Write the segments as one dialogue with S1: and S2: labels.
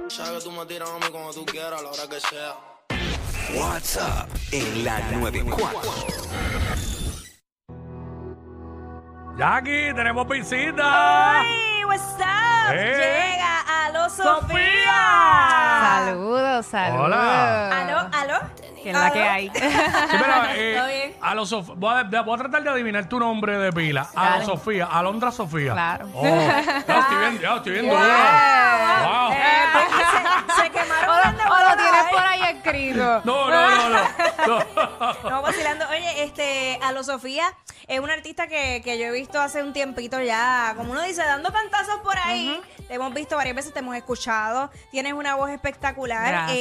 S1: mensaje, tú me tiras a mí cuando tú quieras, a la hora que sea.
S2: WhatsApp en la 94.
S3: Jackie, tenemos visita.
S4: Hey, what's up?
S3: Hey.
S4: Llega Aló Sofía.
S5: Saludos, saludos.
S3: Hola.
S4: Aló, aló.
S5: Que es la que
S4: Aló.
S5: hay.
S3: Sí, pero,
S4: Todo
S3: eh,
S4: bien.
S3: a los Sof- voy, a, voy a tratar de adivinar tu nombre de pila. A
S5: Dale.
S3: Sofía, Alondra Sofía.
S5: Claro.
S3: Oh, ya estoy bien, ya estoy bien dura.
S5: Wow.
S3: Wow.
S4: Eh, se, se quemaron
S5: O
S4: dando
S5: lo, o
S4: bola,
S5: lo tienes
S4: ¿eh?
S5: por ahí escrito.
S3: No, no, no, no. no.
S4: No, vacilando. Oye, este, Aló Sofía es una artista que, que yo he visto hace un tiempito ya, como uno dice, dando cantazos por ahí. Te hemos visto varias veces, te hemos escuchado. Tienes una voz espectacular.
S5: Gracias.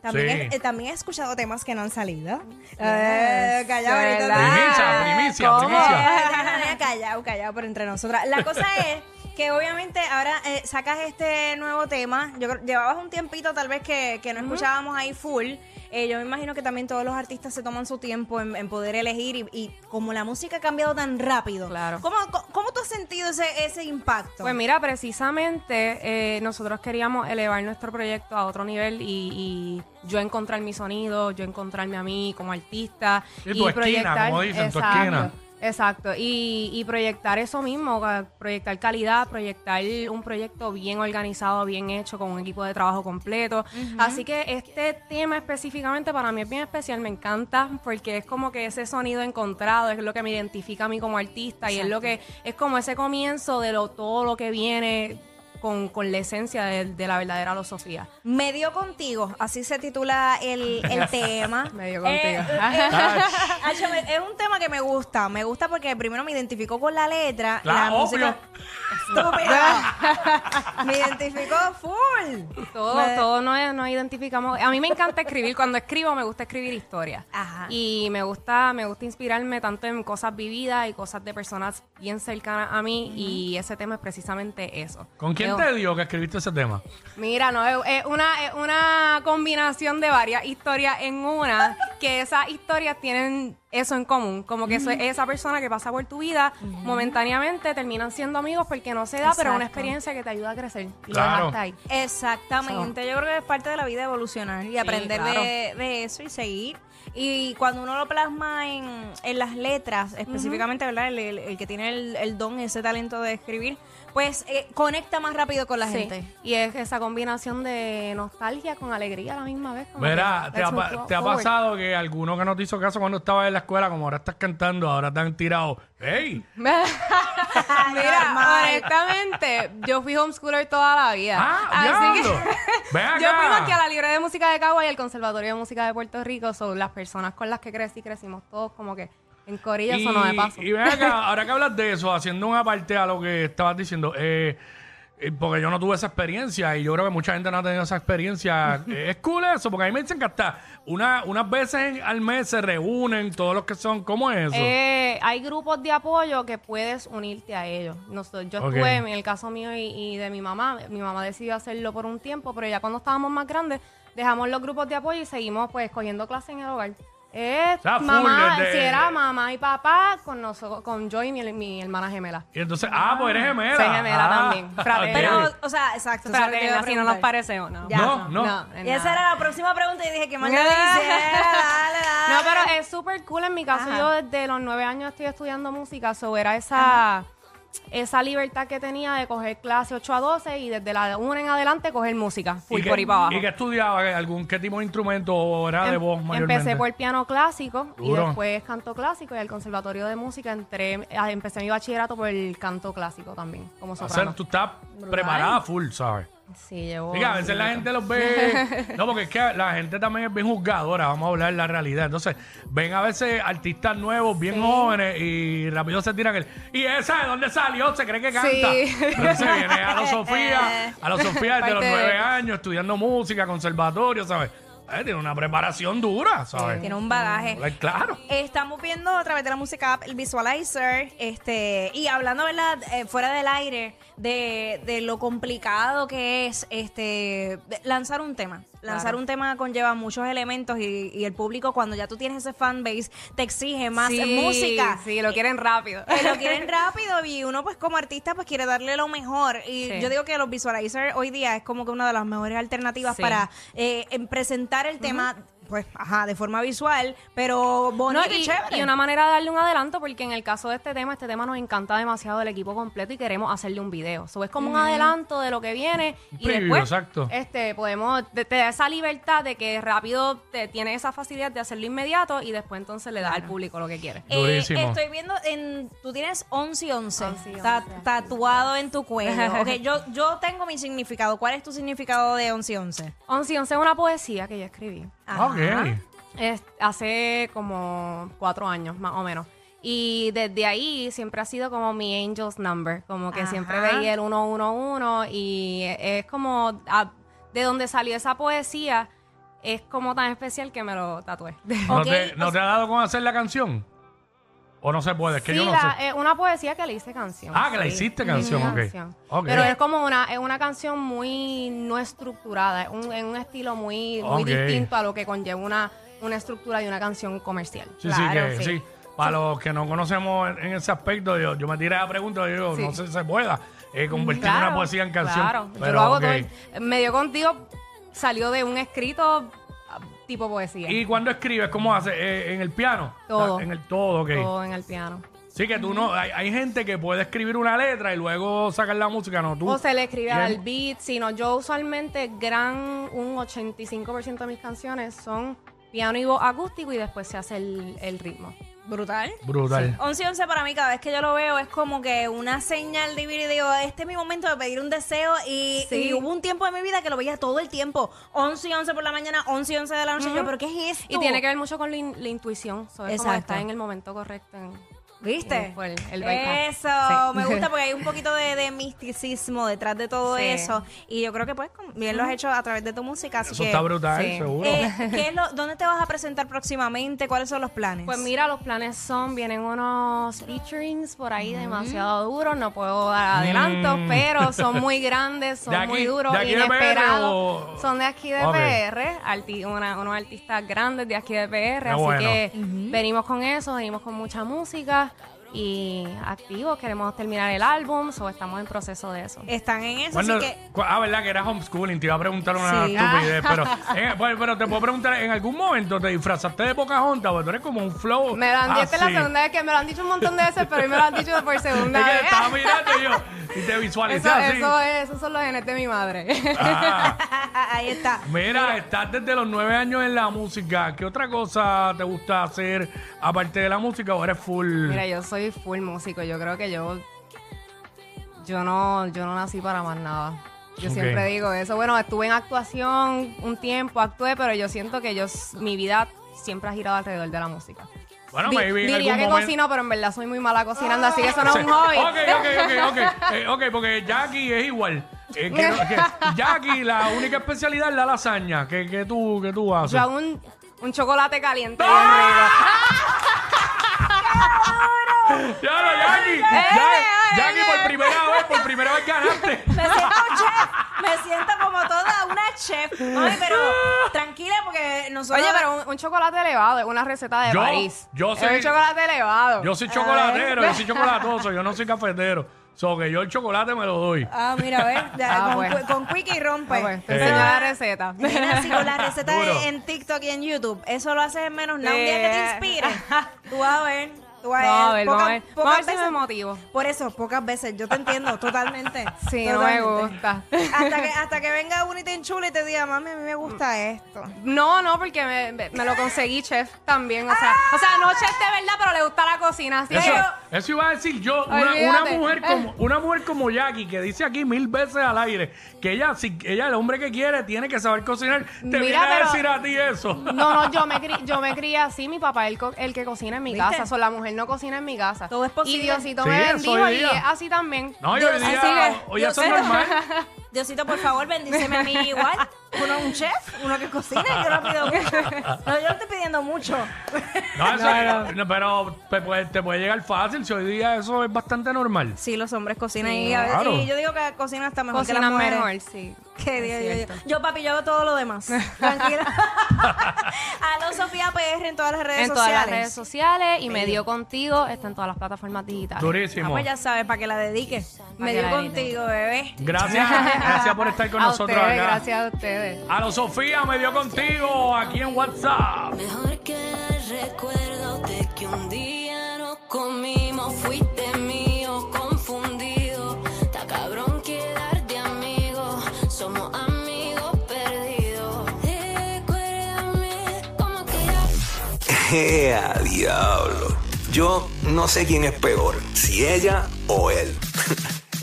S4: también,
S3: Sí.
S4: he, eh, también he escuchado temas que no han salido. Eh, callado, ahorita
S5: ¿verdad?
S4: te-
S3: Primicia, primicia,
S4: ¿Cómo?
S3: primicia.
S4: Ay, no, no, no, Callado, callado por entre nosotras. La cosa es que obviamente ahora eh, sacas este nuevo tema. Yo creo- llevabas un tiempito tal vez que, que no escuchábamos ahí full. Eh, yo me imagino que también todos los artistas se toman su tiempo en, en poder elegir y, y como la música ha cambiado tan rápido.
S5: Claro.
S4: ¿Cómo, co- cómo tú has sentido ese, ese impacto?
S5: Pues mira, precisamente eh, nosotros queríamos elevar nuestro proyecto a otro nivel y, y yo encontrar mi sonido, yo encontrarme a mí como artista.
S3: Sí, tu esquina, como dicen, tu esquina.
S5: Exacto, y, y proyectar eso mismo, ca- proyectar calidad, proyectar un proyecto bien organizado, bien hecho, con un equipo de trabajo completo. Así que este tema específicamente para mí es bien especial, me encanta, porque es como que ese sonido encontrado es lo que me identifica a mí como artista y es lo que es como ese comienzo de lo, todo lo que viene con, con la esencia de, de la verdadera filosofía.
S4: Me dio contigo, así se titula el, el tema.
S5: Me dio contigo. Ah,
S4: Hacho, me- es un tema que me gusta, me gusta porque primero me identificó con la letra,
S3: Claro,
S4: la música. Estúpida. me identificó full.
S5: Todos,
S4: Me-
S5: todos nos, nos identificamos. A mí me encanta escribir. Cuando escribo, me gusta escribir historias.
S4: Ajá.
S5: Y me gusta, me gusta inspirarme tanto en cosas vividas y cosas de personas bien cercanas a mí. Y ese tema es precisamente eso.
S3: ¿Con quién
S5: Yo-
S3: te dio que escribiste ese tema?
S5: Mira, no, es, es una, es una combinación de varias historias en una, que esas historias tienen eso en común, como que eso es esa persona que pasa por tu vida, momentáneamente terminan siendo amigos porque no se da, pero es
S4: Exacto.
S5: una experiencia que te ayuda a crecer. Y
S3: Claro.
S5: lo dejaste ahí.
S4: Exactamente, yo creo que es parte de la vida evolucionar y aprender
S5: claro.
S4: de, de eso y seguir. Y cuando uno lo plasma en, en las letras, específicamente, ¿verdad? El, el- el que tiene el, el don, ese talento de escribir, pues eh, conecta más rápido con la
S5: Sí,
S4: gente.
S5: Y es esa combinación de nostalgia con alegría a la misma vez. como
S3: Verá,
S5: que
S3: ¿te ha,
S5: let's
S3: pa-
S5: move
S3: te ha
S5: forward.
S3: pasado que alguno que no te hizo caso cuando estabas en la escuela, como ahora estás cantando, ahora te han tirado? ¡Ey!
S5: Mira,
S4: Normal.
S5: honestamente, yo fui homeschooler toda la vida.
S3: ¡Ah,
S5: Así que-
S3: diablo! Ven acá.
S5: Yo fui más que a la Libre de Música de Cagua y al Conservatorio de Música de Puerto Rico. Son las personas con las que crecí, crecimos todos como que en corillo, eso no me pasa.
S3: y ven acá, ahora que hablas de eso, haciendo una parte a lo que estabas diciendo, eh, eh, porque yo no tuve esa experiencia y yo creo que mucha gente no ha tenido esa experiencia. Eh, es cool eso, porque a mí me dicen que hasta una, unas veces en- al mes se reúnen todos los que son. ¿Cómo es eso?
S5: Eh, hay grupos de apoyo que puedes unirte a ellos. Nosotros- yo
S3: Ok.
S5: estuve, en el caso mío y, y de mi mamá, mi mamá decidió hacerlo por un tiempo, pero ya cuando estábamos más grandes, dejamos los grupos de apoyo y seguimos pues cogiendo clases en el hogar. Eh,
S3: sea, full
S5: mamá,
S3: desde-
S5: si era mamá y papá con nosotros, con yo y mi, mi hermana gemela.
S3: y entonces, ah, pues eres gemela.
S5: Soy gemela
S3: Ah,
S5: también, fratera.
S3: ok.
S4: Pero, o sea, exacto. eso es lo que te
S5: Espérate,
S4: iba a
S5: nena, si no nos
S4: preguntar.
S5: parece o no.
S4: Ya.
S3: No, no.
S5: en
S4: Y esa
S5: nada.
S4: era la próxima pregunta y dije que mañana dice, dale, dale.
S5: No, pero es súper cool. En mi caso,
S4: Ah. Ajá.
S5: yo desde los nueve años estoy estudiando música. So, era esa, esa libertad que tenía de coger clase 8 a 12 y desde la 1 en adelante coger música. Full
S3: ¿Y qué-
S5: por ahí para abajo.
S3: ¿Y que estudiaba? ¿Algún qué tipo de instrumento o era de
S5: Em-
S3: voz mayormente?
S5: empecé por piano clásico
S3: Duro.
S5: y después canto clásico y al conservatorio de música entré, ah, empecé mi bachillerato por el canto clásico también, como
S3: O
S5: soprano.
S3: sea, tú estás preparada full, ¿sabes?
S5: Sí, llevo...
S3: Diga, a veces la gente los ve. No, porque es que la gente también es bien juzgadora, vamos a hablar la realidad. Entonces, ven a veces artistas nuevos, bien jóvenes, y rápido se tiran el. ¿Y esa de dónde salió? Se cree que canta.
S5: Sí.
S3: Pero se viene a la Sofía, a la Sofía desde los
S5: Parte de-
S3: nueve años, estudiando música, conservatorio, ¿sabes? Eh, tiene una preparación dura, ¿sabes?
S4: Tiene un bagaje.
S3: Like, claro.
S4: Estamos viendo a través de la música app el visualizer este y hablando verdad Eh, fuera del aire de, de lo complicado que es este de- lanzar un tema lanzar
S5: Claro.
S4: un tema conlleva muchos elementos y, y el público cuando ya tú tienes ese fan base te exige más
S5: Sí,
S4: música
S5: Sí, lo quieren rápido.
S4: que lo quieren rápido y uno pues como artista pues quiere darle lo mejor y
S5: Sí.
S4: yo digo que los visualizers hoy día es como que una de las mejores alternativas
S5: Sí.
S4: para eh, en presentar el tema pues ajá de forma visual pero bonito
S5: No,
S4: y,
S5: y,
S4: chévere
S5: y una manera de darle un adelanto, porque en el caso de este tema, este tema nos encanta demasiado del equipo completo y queremos hacerle un video. So, es como un adelanto de lo que viene.
S3: Un
S5: y
S3: preview,
S5: después,
S3: exacto.
S5: Este, podemos, te, te da esa libertad de que rápido te tiene esa facilidad de hacerlo inmediato y después entonces le da al público lo que quiere.
S4: Eh,
S3: Durísimo.
S4: estoy viendo en tú tienes 11 y 11,
S5: 11 y 11,
S4: ta-
S5: así
S4: tatuado en tu cuello Ok, yo yo tengo mi significado ¿cuál es tu significado de 11 y 11?
S5: 11 y 11 es una poesía que yo escribí.
S4: Ajá.
S3: Ok.
S5: Es- hace como cuatro años, más o menos. Y desde ahí siempre ha sido como mi angel's number. Como que
S4: Ajá.
S5: siempre veía el 111 y es como ah, de donde salió esa poesía. Es como tan especial que me lo tatué.
S3: ¿No,
S4: Ok,
S3: te, no
S4: o
S3: te ha dado con hacer la canción? ¿O no se puede? Es que
S5: Sí,
S3: yo no
S5: la-
S3: sé.
S5: eh, una poesía que le hice canción.
S3: Ah, que la
S5: Sí,
S3: hiciste
S5: le
S3: canción,
S5: hice
S3: ok.
S5: canción.
S3: Ok.
S5: Pero es como una, es una canción muy no estructurada, es un, es un estilo muy, muy
S3: Ok.
S5: distinto a lo que conlleva una, una estructura de una canción comercial.
S3: Sí,
S5: Claro,
S3: sí, que,
S5: sí.
S3: sí. Para los que no conocemos en, en ese aspecto, yo, yo me tiré a la pregunta, yo digo,
S5: Sí.
S3: no sé si se pueda eh, convertir una
S5: Claro,
S3: poesía en canción.
S5: Claro,
S3: pero
S5: yo lo hago
S3: ok.
S5: todo. el- Medio contigo salió de un escrito ah, tipo poesía.
S3: ¿Y cuando escribes, cómo haces? Eh, ¿En el piano?
S5: Todo.
S3: Ah, En el todo, ok.
S5: todo en el piano.
S3: Sí, que tú no. Hay, hay gente que puede escribir una letra y luego sacar la música, no tú.
S5: O se le escribe
S3: Bien.
S5: al beat, sino yo usualmente gran un 85% de mis canciones son piano y voz acústico y después se hace el, el ritmo.
S4: brutal
S3: Brutal.
S4: 11 y 11 para mí cada vez que yo lo veo es como que una señal divina y digo, este es mi momento de pedir un deseo y,
S5: Sí.
S4: y hubo un tiempo de mi vida que lo veía todo el tiempo, 11 y 11 por la mañana, 11 y 11 de la noche, yo, pero ¿qué es esto?
S5: Y tiene que ver mucho con la, in- la intuición, sobre cómo
S4: Exacto.
S5: estar en el momento correcto. en-
S4: ¿Viste?
S5: Fue el- el bypass.
S4: eso,
S5: Sí.
S4: me gusta porque hay un poquito de, de misticismo detrás de todo
S5: Sí.
S4: eso y yo creo que pues con- bien lo has hecho a través de tu música, así
S3: Eso
S4: que...
S3: está brutal,
S5: sí.
S3: seguro.
S4: Eh, ¿qué es lo- ¿Dónde te vas a presentar próximamente? ¿Cuáles son los planes?
S5: Pues mira, los planes son, vienen unos featurings por ahí demasiado duros, no puedo dar adelantos,
S3: Mm.
S5: pero son muy grandes, son
S3: ¿De aquí-
S5: muy duros,
S3: de aquí de PR
S5: inesperados.
S3: o-
S5: Son de aquí de
S3: Ok.
S5: PR, arti- una- unos artistas grandes de aquí de PR,
S3: Qué
S5: así
S3: Ah, bueno.
S5: que venimos con eso, venimos con mucha música y activos, queremos terminar el álbum, so estamos en proceso de eso.
S4: Están en eso,
S3: Bueno,
S4: así que...
S3: cu- ah, verdad que era homeschooling, te iba a preguntar una
S5: ah.
S4: Sí.
S3: estupidez, pero, eh, bueno, pero te puedo preguntar, ¿en algún momento te disfrazaste de Pocahontas? Porque tú eres como un flow.
S5: Me lo han dicho esta es
S3: así.
S5: la segunda vez que me lo han dicho un montón de veces, pero hoy me lo han dicho por segunda
S3: Ah, Es que
S5: vez.
S3: te estaba mirando y yo, y te visualicé
S5: Eso,
S3: así.
S5: eso es- esos son los genes de mi madre.
S3: Ah,
S4: Ahí está.
S3: mira, estás desde los nueve años en la música. ¿Qué otra cosa te gusta hacer aparte de la música o eres full?
S5: Mira, yo soy full músico. Yo creo que yo. Yo no, yo no nací para más nada. Yo
S3: Ok.
S5: siempre digo eso. Bueno, estuve en actuación un tiempo, actué, pero yo siento que yo s- mi vida siempre ha girado alrededor de la música.
S3: bueno,
S5: Di-
S3: maybe en
S5: diría
S3: algún
S5: que
S3: momento-
S5: cocino, pero en verdad soy muy mala cocinando, así que eso no es un hobby.
S3: Ok, ok, ok, ok. Eh, ok, porque Jackie es igual. Eh, que no- que Jackie, la única especialidad es la lasaña. ¿Qué que tú, que tú haces?
S5: Yo hago un, un chocolate caliente bien rico.
S3: Ya no, Jackie. Ya, Jackie, por primera vez, por primera vez ganaste.
S4: Me siento un chef. Me siento como toda una chef. Mami, pero tranquila porque nosotros.
S5: Oye, pero un, un chocolate elevado es una receta de
S3: Yo-
S5: París.
S3: yo
S5: Es
S3: soy-
S5: un chocolate elevado.
S3: Yo soy chocolatero, yo soy chocolatoso, yo no soy cafetero. So que yo el chocolate me lo doy.
S4: Ah, mira, a ver. ya,
S5: Ah,
S4: con,
S5: bueno.
S4: cu- con Quickie rompe.
S5: Ah, pues, te
S3: Eh.
S5: enseño la receta.
S4: Nena, si con las recetas
S3: Duro.
S4: en TikTok y en YouTube, eso lo haces en menos nada. Un día que te
S5: Sí.
S4: inspire, tú vas a ver. Tú vas
S5: Vamos
S4: a
S5: a ver,
S4: ver.
S5: vamos a ver.
S4: Pocas-
S5: Vamos a ver
S4: pocas
S5: si me
S4: veces-
S5: motivo.
S4: Por eso, pocas veces. Yo te entiendo totalmente.
S5: Sí, no me
S4: totalmente.
S5: gusta.
S4: Hasta que, hasta que venga uno y te enchule y te diga, mami, a mí me gusta esto.
S5: No, no, porque me, me- me lo conseguí chef también. O sea, o sea, no chef de verdad, pero le gusta la cocina. Así
S3: Eso,
S5: que
S3: eso iba a decir yo, una, una
S5: Olvídate. Eh.
S3: mujer como, una mujer como Jackie, que dice aquí mil veces al aire, que ella, si ella, el hombre que quiere, tiene que saber cocinar, te
S5: Mira,
S3: viene a
S5: pero-
S3: decir a ti eso.
S5: No, no, yo me, cri- yo me crié así. Mi papá es el, co- el que cocina en mi
S4: ¿Viste?
S5: casa. So, la mujer no cocina en mi casa.
S4: Todo es posible.
S5: Y Diosito
S3: Sí,
S5: me
S3: eso
S5: bendijo
S3: hoy
S5: y
S3: día.
S5: es así también.
S3: No, y
S5: Yo-
S3: hoy día,
S5: así que-
S3: hoy ya
S5: yo
S3: son
S5: sé.
S3: normal.
S4: Diosito, por favor, bendíceme a mí igual. Uno un chef, uno que cocina, yo no pido mucho. No, yo no estoy pidiendo mucho.
S3: No, eso- no, pero te puede, te puede llegar fácil si hoy día eso es bastante normal.
S4: Sí, los hombres cocinan y, a
S3: Claro.
S4: y yo digo que cocinan hasta mejor que las
S5: Cocinan
S4: mujeres.
S5: mejor, sí.
S4: Que
S5: Es
S4: Dios, yo- yo-
S5: cierto.
S4: Yo, papi, yo hago todo lo demás. Tranquila. Aló Sofía PR en todas las redes
S5: En todas
S4: sociales.
S5: las redes sociales y me dio contigo, está en todas las plataformas digitales.
S4: Ah,
S3: Durísimo.
S4: pues ya sabes, para que la dedique. Me
S5: que
S4: dio
S5: la dedique.
S4: contigo, bebé.
S3: Gracias, gracias por estar con
S5: a
S3: nosotros
S5: ustedes,
S3: acá.
S5: Gracias a ustedes.
S3: A lo Sofía me dio contigo aquí en WhatsApp.
S6: Mejor que el recuerdo de que un día nos comimos, fuiste mío, confundido. Está cabrón quedarte amigo, somos amigos perdidos. Recuérdame como que
S2: ¡Ea, diablo! Yo no sé quién es peor, si ella o él.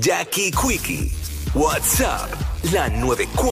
S2: Jackie Quickie, WhatsApp, la 94.